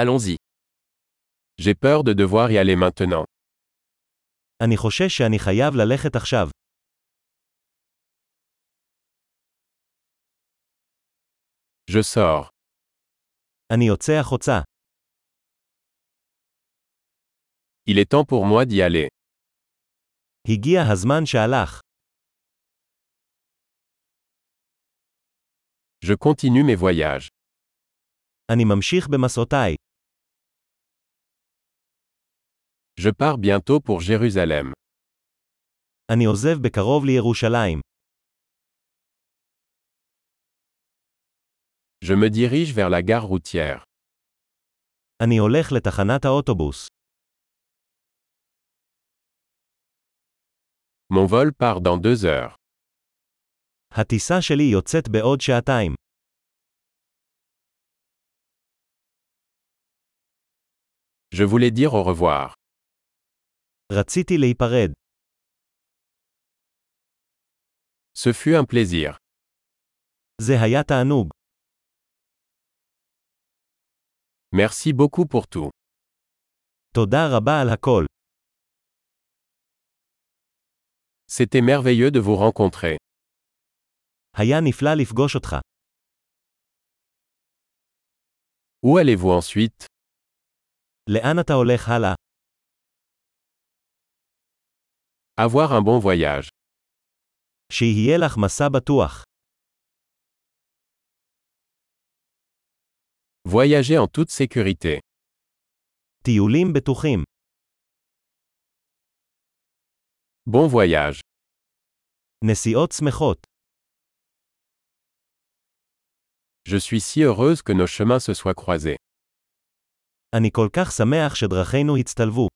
Allons-y. J'ai peur de devoir y aller maintenant. אני חושש שאני חייב ללכת עכשיו. Je sors. אני יוצא החוצה. Il est temps pour moi d'y aller. הגיע הזמן שהלך. Je continue mes voyages. אני ממשיך במסעותיי. Je pars bientôt pour Jérusalem. אני עוזב בקרוב לירושלים. Je me dirige vers la gare routière. אני הולך לתחנת האוטובוס. Mon vol part dans deux heures. הטיסה שלי יוצאת בעוד שעתיים. Je voulais dire au revoir. רציתי להיפרד. Ce fut un plaisir. זה היה תענוג. Merci beaucoup pour tout. תודה רבה על הכל. C'était merveilleux de vous rencontrer. היה נפלא לפגוש אותך. Où allez-vous ensuite לאן אתה הולך הלאה? Avoir un bon voyage. שיהיה לך מסע בטוח. Voyager en toute sécurité. טיולים בטוחים. Bon voyage. נסיעות שמחות. Je suis si heureuse que nos chemins se soient croisés. אני כל כך שמח שדרכינו הצטלבו.